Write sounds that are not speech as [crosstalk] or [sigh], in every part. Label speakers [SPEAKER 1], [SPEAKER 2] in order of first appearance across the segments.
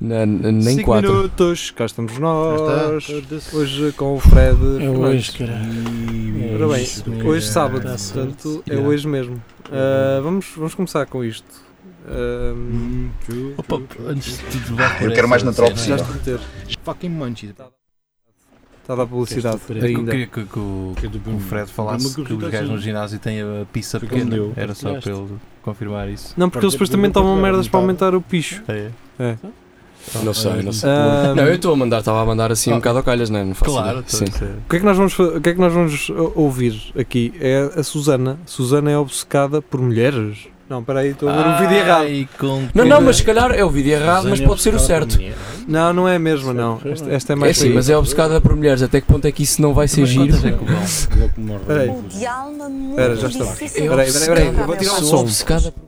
[SPEAKER 1] Não, nem
[SPEAKER 2] Cinco
[SPEAKER 1] quatro.
[SPEAKER 2] minutos, cá estamos nós.
[SPEAKER 3] Cá estamos.
[SPEAKER 2] Hoje com o Fred.
[SPEAKER 4] É
[SPEAKER 2] Fernandes.
[SPEAKER 4] hoje, cara.
[SPEAKER 3] E-
[SPEAKER 2] Ora bem,
[SPEAKER 4] Isso
[SPEAKER 2] hoje sábado,
[SPEAKER 4] Tá certo.
[SPEAKER 2] portanto é
[SPEAKER 1] Yeah.
[SPEAKER 2] hoje mesmo. Ah, vamos, vamos começar com isto. Ah,
[SPEAKER 3] Um, two,
[SPEAKER 4] Opa,
[SPEAKER 3] two, two,
[SPEAKER 4] antes
[SPEAKER 3] two.
[SPEAKER 4] de tudo, vá por
[SPEAKER 5] Eu
[SPEAKER 4] essa
[SPEAKER 5] quero mais natural
[SPEAKER 4] cena.
[SPEAKER 2] já
[SPEAKER 5] possível.
[SPEAKER 2] estou a meter.
[SPEAKER 3] Fucking munchies.
[SPEAKER 6] tá
[SPEAKER 2] Está a dar publicidade
[SPEAKER 4] Queres-te
[SPEAKER 1] Eu
[SPEAKER 2] ainda. Hum,
[SPEAKER 1] queria que, que o,
[SPEAKER 3] Que é do
[SPEAKER 1] que o
[SPEAKER 3] Bruno.
[SPEAKER 1] Fred falasse
[SPEAKER 3] Bruno,
[SPEAKER 1] que os gajos no ginásio têm a pizza
[SPEAKER 3] Fica
[SPEAKER 1] pequena.
[SPEAKER 3] onde eu.
[SPEAKER 1] Era só para ele confirmar isso.
[SPEAKER 2] Não, porque eles depois também tomam merdas para aumentar o picho.
[SPEAKER 1] É.
[SPEAKER 2] É.
[SPEAKER 1] Não sei, não sei.
[SPEAKER 2] Ah,
[SPEAKER 1] [laughs] Não, eu estou a mandar, estava a mandar assim um
[SPEAKER 4] Ah.
[SPEAKER 1] bocado ao calhas, não é? Não faço
[SPEAKER 4] Claro,
[SPEAKER 1] ideia. sim.
[SPEAKER 2] O que, é que nós vamos, fa- o que é que nós vamos o- ouvir aqui? É a Susana. Susana é obcecada por mulheres. Não, peraí, estou a ver um vídeo errado.
[SPEAKER 4] Ai, com
[SPEAKER 1] Não, não, mas se
[SPEAKER 4] pena.
[SPEAKER 1] calhar é o vídeo errado, mas pode ser o certo.
[SPEAKER 2] Não, não é a mesma, não. Esta, esta é
[SPEAKER 1] É
[SPEAKER 2] mais.
[SPEAKER 1] sim, mas é obcecada por mulheres. Até que ponto é que isso não vai ser
[SPEAKER 4] Mas
[SPEAKER 1] giro?
[SPEAKER 4] quantas é que vão?
[SPEAKER 2] Peraí.
[SPEAKER 3] Peraí.
[SPEAKER 7] O de alma muito
[SPEAKER 2] Espera, já está.
[SPEAKER 7] difícil.
[SPEAKER 2] Espera aí, espera aí, espera aí, eu vou tirar o som.
[SPEAKER 1] Sou obcecada por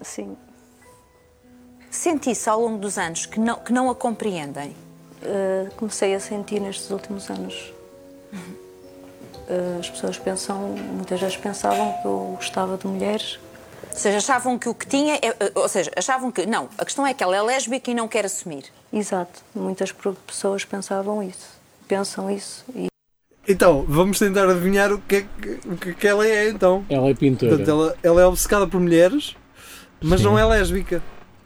[SPEAKER 8] assim,
[SPEAKER 7] Sim. Senti-se ao longo dos anos que não, que não a compreendem.
[SPEAKER 8] Uh, comecei a sentir nestes últimos anos. Uh, as pessoas pensam, muitas vezes pensavam que eu gostava de mulheres.
[SPEAKER 7] Ou seja, achavam que o que tinha. é- é- ou seja, achavam que. Não, a questão é que ela é lésbica e não quer assumir.
[SPEAKER 8] Exato, muitas pro- pessoas pensavam isso, pensam isso. E
[SPEAKER 2] Então, vamos tentar adivinhar o que é que, o que, é que ela é, então.
[SPEAKER 4] Ela é pintora.
[SPEAKER 2] Portanto, ela, ela é obcecada por mulheres, mas
[SPEAKER 1] Sim.
[SPEAKER 2] não é lésbica.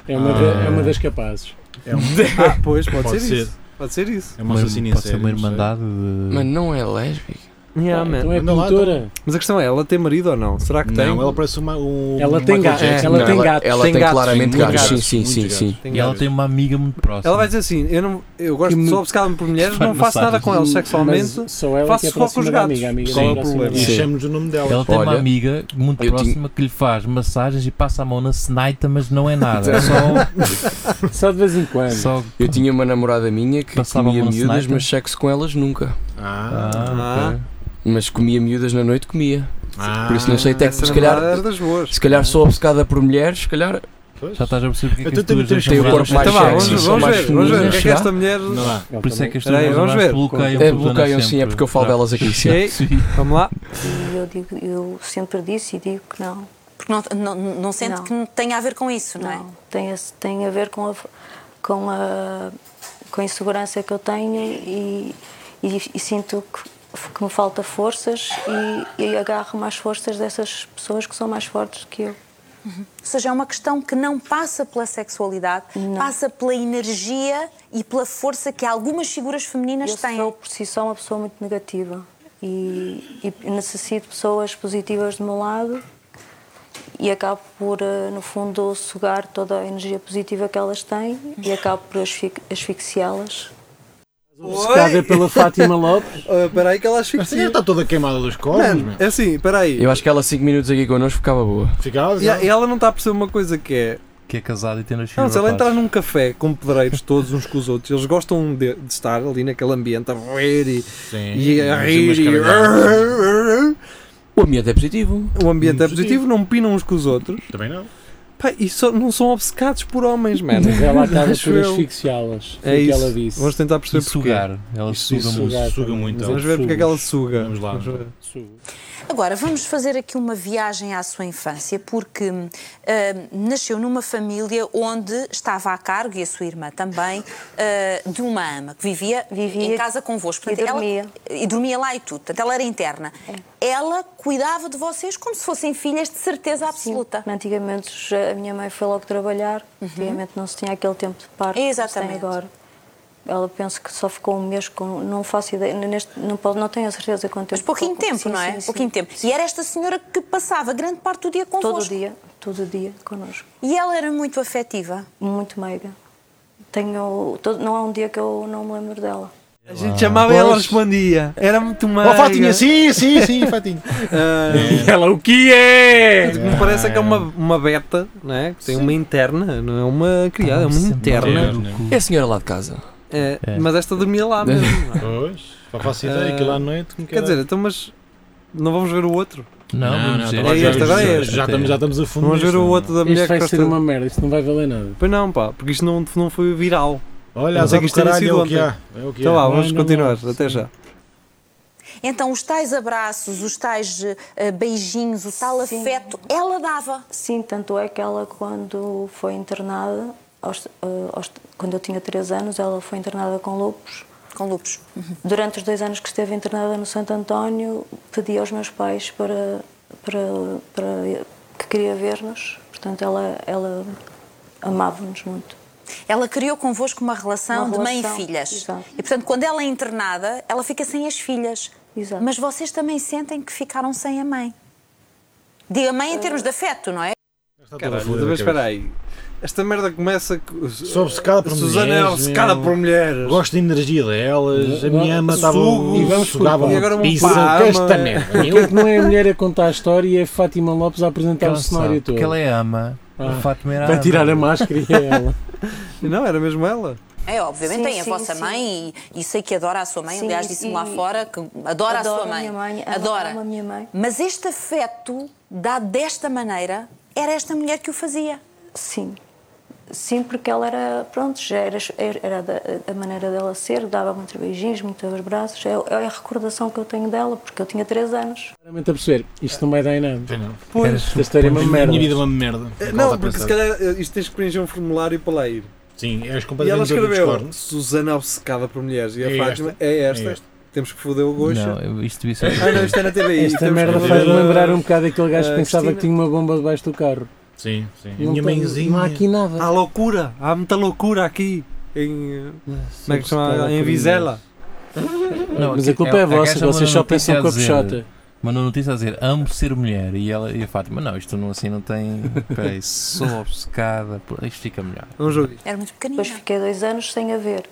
[SPEAKER 4] É, uma da- é uma das capazes.
[SPEAKER 2] [laughs] Ah, pois, pode,
[SPEAKER 3] É Pode
[SPEAKER 2] ser,
[SPEAKER 3] ser.
[SPEAKER 2] isso. Pode ser isso.
[SPEAKER 3] É
[SPEAKER 6] Uma-
[SPEAKER 3] um- uma assassina em
[SPEAKER 6] Pode ser
[SPEAKER 3] série,
[SPEAKER 6] uma
[SPEAKER 3] não sei.
[SPEAKER 6] irmandade de.
[SPEAKER 1] Mas não é lésbica.
[SPEAKER 2] Yeah, man.
[SPEAKER 4] então é
[SPEAKER 3] Anda lá,
[SPEAKER 4] pintora.
[SPEAKER 2] Mas a questão é, ela tem marido ou não? Será que tem?
[SPEAKER 3] Não, ela parece uma. Um
[SPEAKER 4] Ela tem
[SPEAKER 3] Michael
[SPEAKER 4] gato.
[SPEAKER 3] Jackson.
[SPEAKER 4] Ela
[SPEAKER 1] Não,
[SPEAKER 4] tem
[SPEAKER 1] ela,
[SPEAKER 4] gatos.
[SPEAKER 1] ela tem,
[SPEAKER 2] Tem gatos,
[SPEAKER 1] claramente
[SPEAKER 2] tem
[SPEAKER 1] gatos.
[SPEAKER 2] gatos,
[SPEAKER 1] sim,
[SPEAKER 3] muitos
[SPEAKER 1] sim, sim, sim.
[SPEAKER 3] gatos.
[SPEAKER 2] Tem
[SPEAKER 6] E ela
[SPEAKER 2] gajo.
[SPEAKER 6] tem uma amiga muito próxima.
[SPEAKER 2] Ela vai dizer assim, eu, não, eu gosto,
[SPEAKER 4] Que
[SPEAKER 2] sou
[SPEAKER 4] me-
[SPEAKER 2] obcecada por mulheres,
[SPEAKER 6] que
[SPEAKER 2] não
[SPEAKER 6] faz
[SPEAKER 2] faço nada com elas
[SPEAKER 4] Mas
[SPEAKER 2] sexualmente.
[SPEAKER 4] Só ela
[SPEAKER 2] faço
[SPEAKER 4] que é
[SPEAKER 2] só com os
[SPEAKER 4] próxima da
[SPEAKER 2] gatos.
[SPEAKER 4] amiga. a amiga
[SPEAKER 2] Qual
[SPEAKER 4] é
[SPEAKER 2] é o
[SPEAKER 4] próxima
[SPEAKER 2] problema?
[SPEAKER 4] da
[SPEAKER 3] E
[SPEAKER 4] amiga.
[SPEAKER 1] Sim.
[SPEAKER 3] chamamos o nome dela.
[SPEAKER 6] Ela tem uma
[SPEAKER 1] Olha,
[SPEAKER 6] amiga muito
[SPEAKER 1] eu tinha-
[SPEAKER 6] próxima que lhe faz massagens e passa a mão na senaita, mas não é nada.
[SPEAKER 2] [laughs]
[SPEAKER 6] É só.
[SPEAKER 4] Só de vez em quando.
[SPEAKER 6] só...
[SPEAKER 1] Eu tinha uma namorada minha que
[SPEAKER 6] Passava
[SPEAKER 1] comia
[SPEAKER 6] uma
[SPEAKER 1] miúdas,
[SPEAKER 6] snaita.
[SPEAKER 1] mas sexo com elas nunca.
[SPEAKER 3] Ah,
[SPEAKER 6] Ah, ok.
[SPEAKER 1] Mas comia miúdas na noite, comia.
[SPEAKER 3] ah.
[SPEAKER 1] Por isso não sei até que
[SPEAKER 2] Essa
[SPEAKER 1] se calhar.
[SPEAKER 2] namorada era das boas.
[SPEAKER 1] Se calhar sou obcecada por mulheres, se calhar
[SPEAKER 3] Pois.
[SPEAKER 6] Já
[SPEAKER 2] tá-
[SPEAKER 6] estás a perceber porque é que
[SPEAKER 3] Então
[SPEAKER 6] as tuas
[SPEAKER 3] temos-
[SPEAKER 6] duas
[SPEAKER 1] tem o
[SPEAKER 6] namoradas-
[SPEAKER 1] corpo mais
[SPEAKER 2] Então vá, vamos,
[SPEAKER 1] sexy, são
[SPEAKER 2] vamos
[SPEAKER 1] mais
[SPEAKER 2] ver, vamos ver o
[SPEAKER 1] femininas,
[SPEAKER 2] que é que
[SPEAKER 1] será?
[SPEAKER 2] esta mulher.
[SPEAKER 3] Não dá.
[SPEAKER 4] Ela
[SPEAKER 6] Por isso é
[SPEAKER 4] também-
[SPEAKER 6] que as
[SPEAKER 2] Espera aí,
[SPEAKER 6] tuas
[SPEAKER 2] vamos
[SPEAKER 6] namoradas
[SPEAKER 2] ver.
[SPEAKER 6] bloqueiam
[SPEAKER 1] É,
[SPEAKER 6] por todas
[SPEAKER 1] bloqueiam sim, é
[SPEAKER 6] sempre.
[SPEAKER 1] porque eu falo
[SPEAKER 6] Já.
[SPEAKER 1] delas aqui,
[SPEAKER 2] [laughs]
[SPEAKER 1] sim.
[SPEAKER 2] Ei,
[SPEAKER 6] Sim.
[SPEAKER 2] vamos lá.
[SPEAKER 8] e eu, digo, eu sempre disse e digo que não.
[SPEAKER 7] Porque não, não, não sente
[SPEAKER 8] Não.
[SPEAKER 7] que não tenha a ver com isso, não, é?
[SPEAKER 8] Não, tem, a, tem a ver com a, com a, com a insegurança que eu tenho e, e, e sinto que, que me falta forças e, e agarro mais forças dessas pessoas que são mais fortes que eu.
[SPEAKER 7] é? Ou seja, é uma questão que não passa pela sexualidade, passa pela energia e pela força que algumas figuras femininas
[SPEAKER 8] Eu
[SPEAKER 7] têm.
[SPEAKER 8] sou por si só uma pessoa muito negativa e, e necessito de pessoas positivas do meu lado e acabo por, eh, no fundo, sugar toda a energia positiva que elas têm e acabo por asfix- asfixiá-las.
[SPEAKER 4] Obcecada é pela Fátima
[SPEAKER 2] [laughs]
[SPEAKER 4] Lopes.
[SPEAKER 2] Ah, Peraí, que ela
[SPEAKER 3] Assim, ela
[SPEAKER 2] asfixia.
[SPEAKER 3] está toda queimada dos cornos,
[SPEAKER 2] Mano,
[SPEAKER 3] meu.
[SPEAKER 2] é assim, peraí.
[SPEAKER 1] Eu acho que ela 5 minutos aqui connosco ficava boa.
[SPEAKER 3] Ficava.
[SPEAKER 2] E a- e ela não está a perceber uma coisa que é.
[SPEAKER 6] Que é casada e tem nascido.
[SPEAKER 2] Não, se ela
[SPEAKER 6] rapaz.
[SPEAKER 2] entrar num café com pedreiros todos uns com os outros, eles gostam de, de estar ali naquele ambiente a rir e,
[SPEAKER 3] Sim.
[SPEAKER 2] e a
[SPEAKER 3] Mas é
[SPEAKER 2] rir.
[SPEAKER 3] umas
[SPEAKER 2] e-
[SPEAKER 3] caralhadas.
[SPEAKER 1] O ambiente é positivo.
[SPEAKER 2] O ambiente é
[SPEAKER 3] Positivo.
[SPEAKER 2] positivo, não pinam uns com os outros.
[SPEAKER 3] Também não.
[SPEAKER 2] Pá, e só, não são obcecados por homens, mano.
[SPEAKER 4] Mas ela acaba
[SPEAKER 2] Acho
[SPEAKER 4] por
[SPEAKER 2] eu.
[SPEAKER 4] asfixiá-las. Foi
[SPEAKER 2] É
[SPEAKER 4] o que
[SPEAKER 2] isso.
[SPEAKER 4] ela disse.
[SPEAKER 2] Vamos tentar
[SPEAKER 6] E
[SPEAKER 2] perceber porquê.
[SPEAKER 6] sugar. Ela
[SPEAKER 3] Isso,
[SPEAKER 6] suga
[SPEAKER 3] isso,
[SPEAKER 6] muito.
[SPEAKER 4] Sugar
[SPEAKER 3] suga
[SPEAKER 4] também,
[SPEAKER 3] muito.
[SPEAKER 4] mas
[SPEAKER 3] ela.
[SPEAKER 2] Vamos ver porque é que ela suga.
[SPEAKER 3] Vamos lá.
[SPEAKER 2] Vamos ver.
[SPEAKER 4] Suga.
[SPEAKER 7] Agora, vamos fazer aqui uma viagem à sua infância, porque hum, hum, nasceu numa família onde estava a cargo, e a sua irmã também, hum, de uma ama, que vivia,
[SPEAKER 8] Vivia
[SPEAKER 7] em casa convosco.
[SPEAKER 8] e
[SPEAKER 7] ela-
[SPEAKER 8] dormia. É.
[SPEAKER 7] e dormia lá e tudo, portanto, ela era interna. Ela cuidava de vocês como se fossem filhas de certeza absoluta. Uhum.
[SPEAKER 8] Antigamente já- a minha mãe foi logo trabalhar, antigamente não se tinha aquele tempo de parto que
[SPEAKER 7] Exatamente.
[SPEAKER 8] se tem agora. Ela penso que só ficou um mês com. Não faço ideia, neste, não, posso- não tenho a certeza quanto tempo.
[SPEAKER 7] Mas pouquinho
[SPEAKER 8] ficou.
[SPEAKER 7] tempo,
[SPEAKER 8] Sim,
[SPEAKER 7] não é?
[SPEAKER 8] sim, sim.
[SPEAKER 7] pouquinho tempo. E era esta senhora que passava grande parte do dia convosco.
[SPEAKER 8] Todo o dia, todo o dia connosco.
[SPEAKER 7] E ela era muito afetiva.
[SPEAKER 8] Muito meiga. Tenho, todo- não há um dia que eu não me lembro dela.
[SPEAKER 2] A gente chamava e ela
[SPEAKER 3] Pois.
[SPEAKER 2] respondia. Era muito
[SPEAKER 3] Ó,
[SPEAKER 2] mal.
[SPEAKER 3] Fatinha, sim, sim, sim,
[SPEAKER 2] [laughs]
[SPEAKER 3] Fatinha.
[SPEAKER 4] Ela, o que é?
[SPEAKER 2] Me parece é que é uma, uma beta, né? que tem uma interna, não é uma criada, é uma
[SPEAKER 6] Sempre
[SPEAKER 3] Tá
[SPEAKER 2] interna.
[SPEAKER 6] do
[SPEAKER 3] né?
[SPEAKER 6] cu.
[SPEAKER 1] É a senhora lá de casa.
[SPEAKER 2] É,
[SPEAKER 6] É.
[SPEAKER 2] Mas esta dormia lá mesmo. não é?
[SPEAKER 3] Pois, para faço
[SPEAKER 2] Ah,
[SPEAKER 3] ideia, aquilo à noite. como que
[SPEAKER 2] Quer
[SPEAKER 3] era?
[SPEAKER 2] dizer, então, mas não vamos ver o outro.
[SPEAKER 6] Não,
[SPEAKER 3] não,
[SPEAKER 6] vamos
[SPEAKER 3] não,
[SPEAKER 6] dizer.
[SPEAKER 3] tá lá,
[SPEAKER 2] É
[SPEAKER 3] já,
[SPEAKER 2] este, agora é
[SPEAKER 3] já,
[SPEAKER 2] este.
[SPEAKER 3] já estamos, já estamos a fundo.
[SPEAKER 2] Vamos ver
[SPEAKER 3] nisto, né?
[SPEAKER 2] o
[SPEAKER 3] não.
[SPEAKER 2] outro da mulher
[SPEAKER 4] Isto
[SPEAKER 2] que
[SPEAKER 4] vai ser
[SPEAKER 2] gosta-
[SPEAKER 4] uma merda. Isto não vai
[SPEAKER 2] [laughs]
[SPEAKER 4] valer nada.
[SPEAKER 2] Pois não, pá, porque isto não, não foi viral.
[SPEAKER 3] Olha,
[SPEAKER 2] Mas é
[SPEAKER 3] azar
[SPEAKER 2] que
[SPEAKER 3] do
[SPEAKER 2] isto tinha
[SPEAKER 3] caralho é
[SPEAKER 2] sido
[SPEAKER 3] o que há. É o que
[SPEAKER 2] Então
[SPEAKER 3] há.
[SPEAKER 2] lá, vamos
[SPEAKER 3] Vai, não,
[SPEAKER 2] continuar.
[SPEAKER 3] não.
[SPEAKER 2] Até já.
[SPEAKER 7] Então, os tais abraços, os tais eh, eh, beijinhos, o tal
[SPEAKER 8] Sim.
[SPEAKER 7] afeto, ela dava.
[SPEAKER 8] Sim, tanto é que ela, quando foi internada, aos- eh, aos- quando eu tinha 3 anos, ela foi internada com lupus.
[SPEAKER 7] Com lupus. Uhum.
[SPEAKER 8] Durante os dois anos que esteve internada no Santo António, pedi aos meus pais para, para, para que queria ver-nos. Portanto, ela, ela amava-nos muito.
[SPEAKER 7] Ela criou convosco uma relação
[SPEAKER 8] Uma
[SPEAKER 7] de mãe e
[SPEAKER 8] relação,
[SPEAKER 7] filhas.
[SPEAKER 8] exato.
[SPEAKER 7] E portanto, quando ela é internada, ela fica sem as filhas.
[SPEAKER 8] Exato.
[SPEAKER 7] Mas vocês também sentem que ficaram sem a mãe. Diga mãe
[SPEAKER 8] Eh,
[SPEAKER 7] em termos de afeto, não é?
[SPEAKER 3] Está toda
[SPEAKER 2] Caralho,
[SPEAKER 3] fodida a
[SPEAKER 2] mas espera
[SPEAKER 3] cabeça.
[SPEAKER 2] aí. Esta merda começa. com-
[SPEAKER 3] Sou obcecada por um
[SPEAKER 2] Susana é
[SPEAKER 3] mulheres,
[SPEAKER 2] obcecada
[SPEAKER 3] meu.
[SPEAKER 2] por mulheres.
[SPEAKER 3] Gosto da energia delas, a
[SPEAKER 4] Agora,
[SPEAKER 3] minha ama estava.
[SPEAKER 2] sugo,
[SPEAKER 3] E vamos
[SPEAKER 2] sugo.
[SPEAKER 3] sugava
[SPEAKER 2] E agora
[SPEAKER 3] uma
[SPEAKER 2] um
[SPEAKER 3] pizza.
[SPEAKER 2] pá,
[SPEAKER 3] que esta
[SPEAKER 2] ama. [laughs]
[SPEAKER 3] merda.
[SPEAKER 4] Porquê é que não é a mulher a contar a história e é a Fátima Lopes a apresentar o
[SPEAKER 6] ela
[SPEAKER 4] cenário
[SPEAKER 6] sabe,
[SPEAKER 4] todo?
[SPEAKER 6] porque ela é ama.
[SPEAKER 4] Ah.
[SPEAKER 6] O Fátima era
[SPEAKER 4] Vai
[SPEAKER 6] ama.
[SPEAKER 4] tirar a máscara e é ela.
[SPEAKER 2] Não, era mesmo ela.
[SPEAKER 7] É, obviamente
[SPEAKER 8] Sim,
[SPEAKER 7] tem a
[SPEAKER 8] sim,
[SPEAKER 7] vossa
[SPEAKER 8] sim.
[SPEAKER 7] mãe e, e sei que adora a sua mãe.
[SPEAKER 8] Sim,
[SPEAKER 7] Aliás, disse-me
[SPEAKER 8] e-
[SPEAKER 7] lá fora que adora a
[SPEAKER 8] Adoro
[SPEAKER 7] sua
[SPEAKER 8] a
[SPEAKER 7] mãe.
[SPEAKER 8] minha mãe, ama-
[SPEAKER 7] adora.
[SPEAKER 8] ama a minha mãe.
[SPEAKER 7] Mas este afeto dado desta maneira era esta mulher que o fazia.
[SPEAKER 8] Sim. Sim, porque ela era, pronto, já era, era da, a maneira dela ser, dava muitos beijinhos, muitos abraços. É, é a recordação que eu tenho dela, porque eu tinha 3 anos.
[SPEAKER 4] Claramente a perceber, isto não vai dar em nada.
[SPEAKER 2] Pois.
[SPEAKER 4] Esta história é uma merda.
[SPEAKER 3] Minha vida é uma merda.
[SPEAKER 2] Não,
[SPEAKER 3] Volta a
[SPEAKER 2] porque se
[SPEAKER 3] pensar.
[SPEAKER 2] calhar eh, isto tens que preencher um formulário para lá ir.
[SPEAKER 3] Sim, és
[SPEAKER 2] E ela
[SPEAKER 3] completamente do
[SPEAKER 2] escreveu:
[SPEAKER 3] Discord.
[SPEAKER 2] Susana obcecada por mulheres. E a
[SPEAKER 3] É
[SPEAKER 2] Fátima
[SPEAKER 3] esta.
[SPEAKER 2] é esta.
[SPEAKER 3] É esta.
[SPEAKER 2] Temos que foder o gosto.
[SPEAKER 6] Não, eu- isto devia ser.
[SPEAKER 2] Ah, não, isto é na TVI.
[SPEAKER 4] Esta
[SPEAKER 2] Temos
[SPEAKER 4] merda
[SPEAKER 2] que
[SPEAKER 4] faz
[SPEAKER 2] foder a-
[SPEAKER 4] lembrar um bocado aquele gajo
[SPEAKER 2] a
[SPEAKER 4] que pensava
[SPEAKER 2] Cristina.
[SPEAKER 4] que tinha uma bomba debaixo do carro. um
[SPEAKER 3] Sim, sim.
[SPEAKER 4] Não
[SPEAKER 3] minha
[SPEAKER 4] tem-
[SPEAKER 3] mãezinha.
[SPEAKER 4] Não há aqui nada.
[SPEAKER 2] Há loucura. Há muita loucura aqui. Em. eh, Como é que se chama? Em Vizela.
[SPEAKER 6] Não,
[SPEAKER 4] Mas a culpa é,
[SPEAKER 6] gaja
[SPEAKER 4] vossa,
[SPEAKER 6] mandou
[SPEAKER 4] vocês só
[SPEAKER 6] notícia
[SPEAKER 4] pensam
[SPEAKER 6] a dizer-
[SPEAKER 4] copichota.
[SPEAKER 6] Mandou notícia a dizer, amo ser mulher. E, ela, e a Fátima, não, isto não, assim não tem. Peraí, sou obcecada. por- Isto fica melhor.
[SPEAKER 2] É um jogo.
[SPEAKER 7] Era muito pequenina.
[SPEAKER 8] Depois fiquei dois anos sem a ver.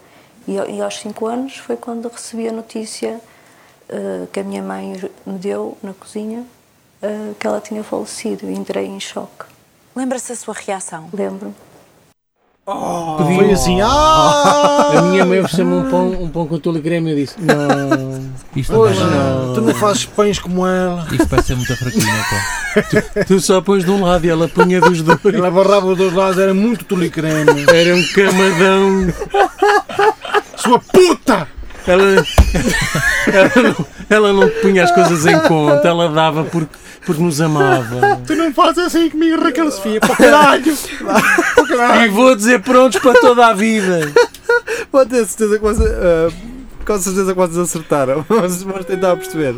[SPEAKER 8] E, ao- e aos cinco anos foi quando recebi a notícia eh, que a minha mãe me deu na cozinha eh, que ela tinha falecido. E entrei em choque,
[SPEAKER 7] Lembra-se da sua reação?
[SPEAKER 8] lembro-me.
[SPEAKER 3] Foi assim, ah!
[SPEAKER 4] A minha mãe ofereceu-me um pão, um pão com tule creme e eu disse: Não,
[SPEAKER 6] Isto,
[SPEAKER 4] Pois
[SPEAKER 6] vai-
[SPEAKER 4] não.
[SPEAKER 3] Tu não fazes pães como ela.
[SPEAKER 6] isto vai ser muito fraquinho. pá.
[SPEAKER 4] tu só pões de um lado e ela punha dos dois.
[SPEAKER 3] Ela barrava os dois lados, era muito tulicreme.
[SPEAKER 4] Era um camadão.
[SPEAKER 3] [laughs] Sua puta!
[SPEAKER 4] Ela, ela, não, ela não punha as coisas em conta, ela dava porque, porque nos amava.
[SPEAKER 3] Tu não fazes assim comigo, Raquel Sofia, para caralho!
[SPEAKER 4] E vou dizer prontos para toda a vida.
[SPEAKER 2] Pode ter certeza que vocês. ah, Com certeza que vocês acertaram. [laughs] Vocês vão tentar perceber.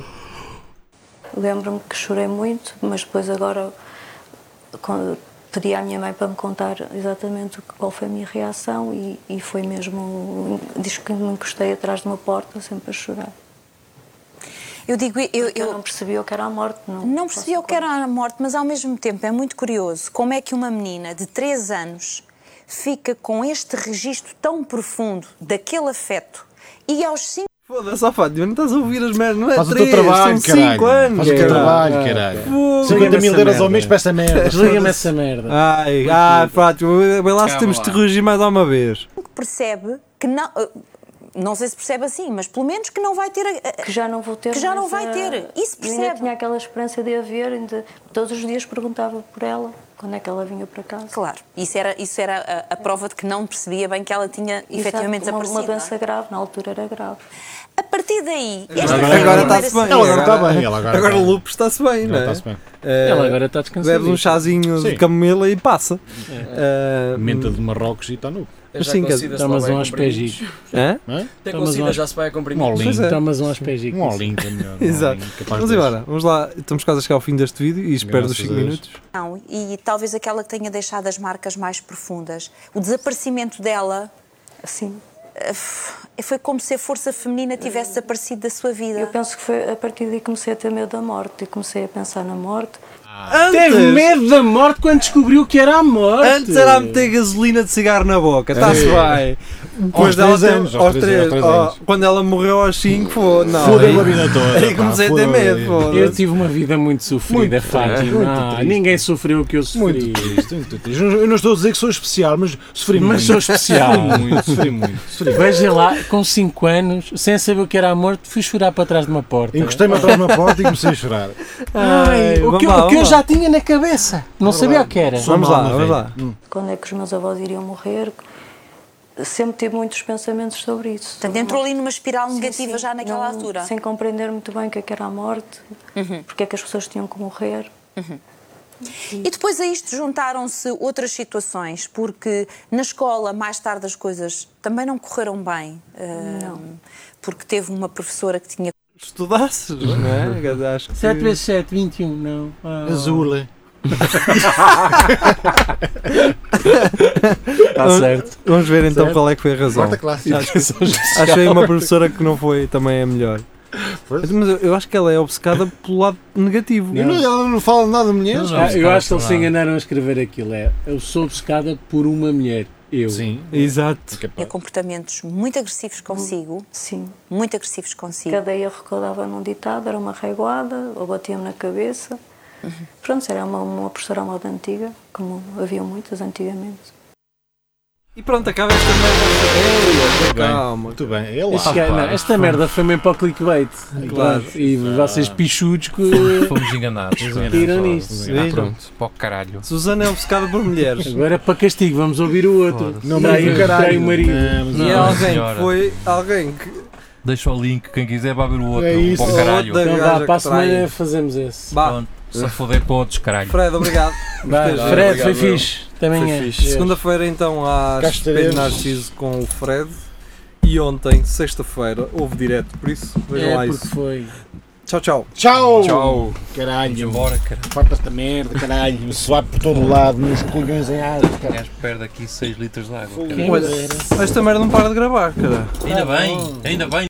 [SPEAKER 8] Lembro-me que chorei muito, mas depois agora con- pedi à minha mãe para me contar exatamente o que- qual foi a minha reação e, e foi mesmo... um, Diz que me encostei atrás de uma porta sempre a chorar.
[SPEAKER 7] Eu digo, eu,
[SPEAKER 8] Eu,
[SPEAKER 7] eu,
[SPEAKER 8] não percebi o que era a morte. Não,
[SPEAKER 7] Não percebi o que era a morte, mas ao mesmo tempo é muito curioso como é que uma menina de 3 anos fica com este registro tão profundo daquele afeto e aos 5
[SPEAKER 2] Foda-se, ó Fátima, não estás a ouvir as merdas, não é?
[SPEAKER 3] Faz o teu
[SPEAKER 2] três,
[SPEAKER 3] trabalho,
[SPEAKER 2] são cinco
[SPEAKER 3] caralho!
[SPEAKER 2] anos,
[SPEAKER 3] Faz o teu
[SPEAKER 2] caralho.
[SPEAKER 3] trabalho,
[SPEAKER 4] Ah,
[SPEAKER 3] caralho!
[SPEAKER 2] Foda-se.
[SPEAKER 3] 50 mil
[SPEAKER 4] Essa
[SPEAKER 3] euros ao
[SPEAKER 4] merda.
[SPEAKER 3] mês para essa merda!
[SPEAKER 4] Desliga-me essa merda.
[SPEAKER 2] Ai, ah, Fátima, bem lá se temos de te corrigir mais uma vez.
[SPEAKER 7] percebe que não. eh, Não sei se percebe assim, mas pelo menos que não vai ter. a- a-
[SPEAKER 8] que já não vou ter
[SPEAKER 7] Que já não
[SPEAKER 8] mais
[SPEAKER 7] vai
[SPEAKER 8] a-
[SPEAKER 7] ter. Isso
[SPEAKER 8] eu ainda
[SPEAKER 7] percebe.
[SPEAKER 8] tinha aquela esperança de a ver ainda todos os dias perguntava por ela quando é que ela vinha para casa
[SPEAKER 7] Claro, isso era, isso era a, a prova de que não percebia bem que ela tinha
[SPEAKER 8] E
[SPEAKER 7] efetivamente
[SPEAKER 8] sabe, uma,
[SPEAKER 7] desaparecido.
[SPEAKER 8] uma
[SPEAKER 7] não é?
[SPEAKER 8] doença grave na altura era grave
[SPEAKER 7] A partir daí. esta
[SPEAKER 2] Agora,
[SPEAKER 7] foi a
[SPEAKER 2] agora
[SPEAKER 7] primeira
[SPEAKER 2] está-se bem.
[SPEAKER 7] situação.
[SPEAKER 3] Ela agora está bem, ela agora
[SPEAKER 2] Agora o
[SPEAKER 3] está.
[SPEAKER 2] lupus está-se bem, não
[SPEAKER 3] Não,
[SPEAKER 2] é?
[SPEAKER 3] está-se bem.
[SPEAKER 2] Eh,
[SPEAKER 4] Ela agora está descansada.
[SPEAKER 2] Bebe um chazinho de
[SPEAKER 3] Sim.
[SPEAKER 2] camomila e passa. Eh,
[SPEAKER 3] Menta de Marrocos e está nu. é?
[SPEAKER 2] Mas sim,
[SPEAKER 4] Tomas um aspergico.
[SPEAKER 2] hã?
[SPEAKER 3] Hã?
[SPEAKER 1] Até
[SPEAKER 4] Tomas um
[SPEAKER 1] consigo,
[SPEAKER 4] asp-
[SPEAKER 1] já se vai a
[SPEAKER 3] Um
[SPEAKER 1] comprimir.
[SPEAKER 3] olhinho.
[SPEAKER 2] é.
[SPEAKER 4] Tomas um aspergico.
[SPEAKER 3] Um olhinho é [laughs] melhor. um
[SPEAKER 2] Exato.
[SPEAKER 3] all-in, capaz
[SPEAKER 2] Vamos
[SPEAKER 3] de-
[SPEAKER 2] embora, vamos lá. Estamos quase a chegar ao fim deste vídeo e espero dos
[SPEAKER 3] Graças
[SPEAKER 2] 5
[SPEAKER 3] a Deus.
[SPEAKER 2] minutos.
[SPEAKER 7] Não, e talvez aquela que tenha deixado as marcas mais profundas. O desaparecimento dela
[SPEAKER 8] assim
[SPEAKER 7] eh, f- foi como se a força feminina tivesse desaparecido da sua vida.
[SPEAKER 8] eu penso que foi a partir daí que comecei a ter medo da morte e comecei a pensar na morte
[SPEAKER 4] Teve
[SPEAKER 2] Antes,
[SPEAKER 4] medo da morte quando descobriu que era a morte.
[SPEAKER 2] antes era a meter gasolina de cigarro na boca, está-se bem.
[SPEAKER 3] É. Aos
[SPEAKER 2] Depois dela
[SPEAKER 3] três
[SPEAKER 2] ter-
[SPEAKER 3] anos, aos três- aos três
[SPEAKER 2] ó,
[SPEAKER 3] anos.
[SPEAKER 2] Quando ela morreu aos 5, não.
[SPEAKER 3] Foda-me Ah, a
[SPEAKER 2] aí-
[SPEAKER 3] vida
[SPEAKER 2] [laughs]
[SPEAKER 3] toda.
[SPEAKER 2] Aí
[SPEAKER 3] pá,
[SPEAKER 2] comecei a ter
[SPEAKER 3] foda-me
[SPEAKER 2] medo, foda-se.
[SPEAKER 4] Eu tive uma vida muito sofrida, Fátima.
[SPEAKER 3] muito
[SPEAKER 4] Ah,
[SPEAKER 3] triste.
[SPEAKER 4] ninguém sofreu o que eu sofri.
[SPEAKER 3] Muito triste, muito triste. Eu não- Eu não estou a dizer que sou especial, mas sofri muito.
[SPEAKER 4] Mas sou especial.
[SPEAKER 3] Sofri muito, sofri muito.
[SPEAKER 2] [laughs]
[SPEAKER 3] Sofri muito.
[SPEAKER 4] Veja lá, com 5 anos, sem saber o que era a morte, fui chorar para trás de uma porta.
[SPEAKER 3] Encostei-me atrás de uma porta e comecei a [laughs] chorar.
[SPEAKER 4] Ai, o
[SPEAKER 2] vamos
[SPEAKER 4] que, eu-
[SPEAKER 2] lá,
[SPEAKER 4] o que
[SPEAKER 2] vamos
[SPEAKER 4] eu já tinha na cabeça. Não sabia o que era.
[SPEAKER 3] Sou
[SPEAKER 2] Vamos
[SPEAKER 3] uma
[SPEAKER 2] lá,
[SPEAKER 3] alma
[SPEAKER 2] vamos
[SPEAKER 3] velha.
[SPEAKER 2] lá.
[SPEAKER 8] quando é que os meus avós iriam morrer sempre tive muitos pensamentos sobre isso
[SPEAKER 7] Portanto,
[SPEAKER 8] sobre
[SPEAKER 7] entrou
[SPEAKER 8] a
[SPEAKER 7] ali numa espiral
[SPEAKER 8] Sim,
[SPEAKER 7] negativa
[SPEAKER 8] sim.
[SPEAKER 7] já naquela
[SPEAKER 8] Não-
[SPEAKER 7] altura. Uhum.
[SPEAKER 8] Sem compreender muito bem o que é que era a morte, porque é que as pessoas tinham que morrer.
[SPEAKER 7] E depois a isto juntaram-se outras situações, porque na escola, mais tarde, as coisas também não correram bem. eh, Porque teve uma professora que tinha
[SPEAKER 2] Estudasses, não
[SPEAKER 3] [laughs]
[SPEAKER 2] é? Quer dizer, Acho que
[SPEAKER 4] 7 vezes 7, 21, não. Ah.
[SPEAKER 3] Oh. Azula.
[SPEAKER 1] Está certo.
[SPEAKER 2] Vamos ver então
[SPEAKER 3] Certo.
[SPEAKER 2] qual é que foi a razão.
[SPEAKER 3] Quarta classe.
[SPEAKER 2] Acho
[SPEAKER 3] [laughs]
[SPEAKER 2] que Achei uma professora que não foi também a melhor.
[SPEAKER 3] Pois.
[SPEAKER 2] Mas eu, eu acho que ela é obcecada pelo lado negativo.
[SPEAKER 3] Eu não- Ela não fala nada de mulheres.
[SPEAKER 6] Não, não,
[SPEAKER 4] Ah,
[SPEAKER 6] está
[SPEAKER 4] eu acho que eles se
[SPEAKER 6] falado.
[SPEAKER 4] enganaram a escrever aquilo. É, eu sou obcecada por uma mulher. Eu.
[SPEAKER 3] Sim.
[SPEAKER 2] Exato.
[SPEAKER 7] comportamentos muito agressivos consigo,
[SPEAKER 8] Sim.
[SPEAKER 7] muito agressivos consigo.
[SPEAKER 8] Cada erro que eu dava num ditado era uma reguada, ou batia-me na cabeça.
[SPEAKER 7] Uhum.
[SPEAKER 8] Pronto, era uma, uma professora moda antiga, como havia muitas antigamente.
[SPEAKER 2] E pronto, acaba esta merda. Ei,
[SPEAKER 3] bem.
[SPEAKER 2] Calma.
[SPEAKER 3] Muito bem. É lá.
[SPEAKER 4] Este gajo- não, esta merda foi mesmo para o clickbait.
[SPEAKER 2] Claro.
[SPEAKER 4] Pronto, E vocês
[SPEAKER 6] Ah.
[SPEAKER 4] pichudos que.
[SPEAKER 6] Fomos enganados.
[SPEAKER 4] Tiram
[SPEAKER 3] é
[SPEAKER 4] nisso.
[SPEAKER 6] Ah,
[SPEAKER 2] Vejam.
[SPEAKER 6] pronto, para o caralho.
[SPEAKER 2] Susana é obcecada por mulheres.
[SPEAKER 4] Agora é para castigo, vamos ouvir o outro.
[SPEAKER 6] Foda-se.
[SPEAKER 3] Não,
[SPEAKER 4] Trai-
[SPEAKER 3] mas o
[SPEAKER 4] trai
[SPEAKER 3] caralho.
[SPEAKER 4] o marido.
[SPEAKER 3] Não, mas
[SPEAKER 2] e é
[SPEAKER 6] Não,
[SPEAKER 2] alguém
[SPEAKER 6] senhora.
[SPEAKER 2] que foi. Alguém que.
[SPEAKER 6] Deixa o link, quem quiser vai ver o outro.
[SPEAKER 3] É isso.
[SPEAKER 6] Para o caralho.
[SPEAKER 2] Outra-
[SPEAKER 4] Então
[SPEAKER 2] Gaja
[SPEAKER 4] vá,
[SPEAKER 2] que
[SPEAKER 4] para a
[SPEAKER 2] trai.
[SPEAKER 4] semana fazemos esse.
[SPEAKER 2] Bah,
[SPEAKER 6] Pronto, se foder todos, caralho.
[SPEAKER 2] Fred, obrigado.
[SPEAKER 4] Vá,
[SPEAKER 2] Gostei.
[SPEAKER 4] Fred, foi
[SPEAKER 1] Obrigado, eu.
[SPEAKER 4] fixe. Também
[SPEAKER 1] Foi
[SPEAKER 4] é.
[SPEAKER 1] fixe.
[SPEAKER 2] Segunda-feira então há
[SPEAKER 3] Cá
[SPEAKER 2] Espelho
[SPEAKER 3] estaremos.
[SPEAKER 2] Narciso com o Fred. E ontem, sexta-feira, houve direto, por isso vejam lá
[SPEAKER 4] É porque
[SPEAKER 2] isso.
[SPEAKER 4] foi.
[SPEAKER 2] Tchau, tchau.
[SPEAKER 3] Tchau!
[SPEAKER 1] Tchau.
[SPEAKER 6] Vamos
[SPEAKER 3] Caralho.
[SPEAKER 6] embora, caralho.
[SPEAKER 3] Farta esta merda, caralho. Me suave por todo lado, meus colhões em asas,
[SPEAKER 6] O
[SPEAKER 3] caralho.
[SPEAKER 6] gajo perde aqui 6 litros de água.
[SPEAKER 3] Quem
[SPEAKER 6] caralho.
[SPEAKER 3] me dera.
[SPEAKER 2] Esta merda não para de gravar, cara.
[SPEAKER 6] Ainda bem, ainda bem.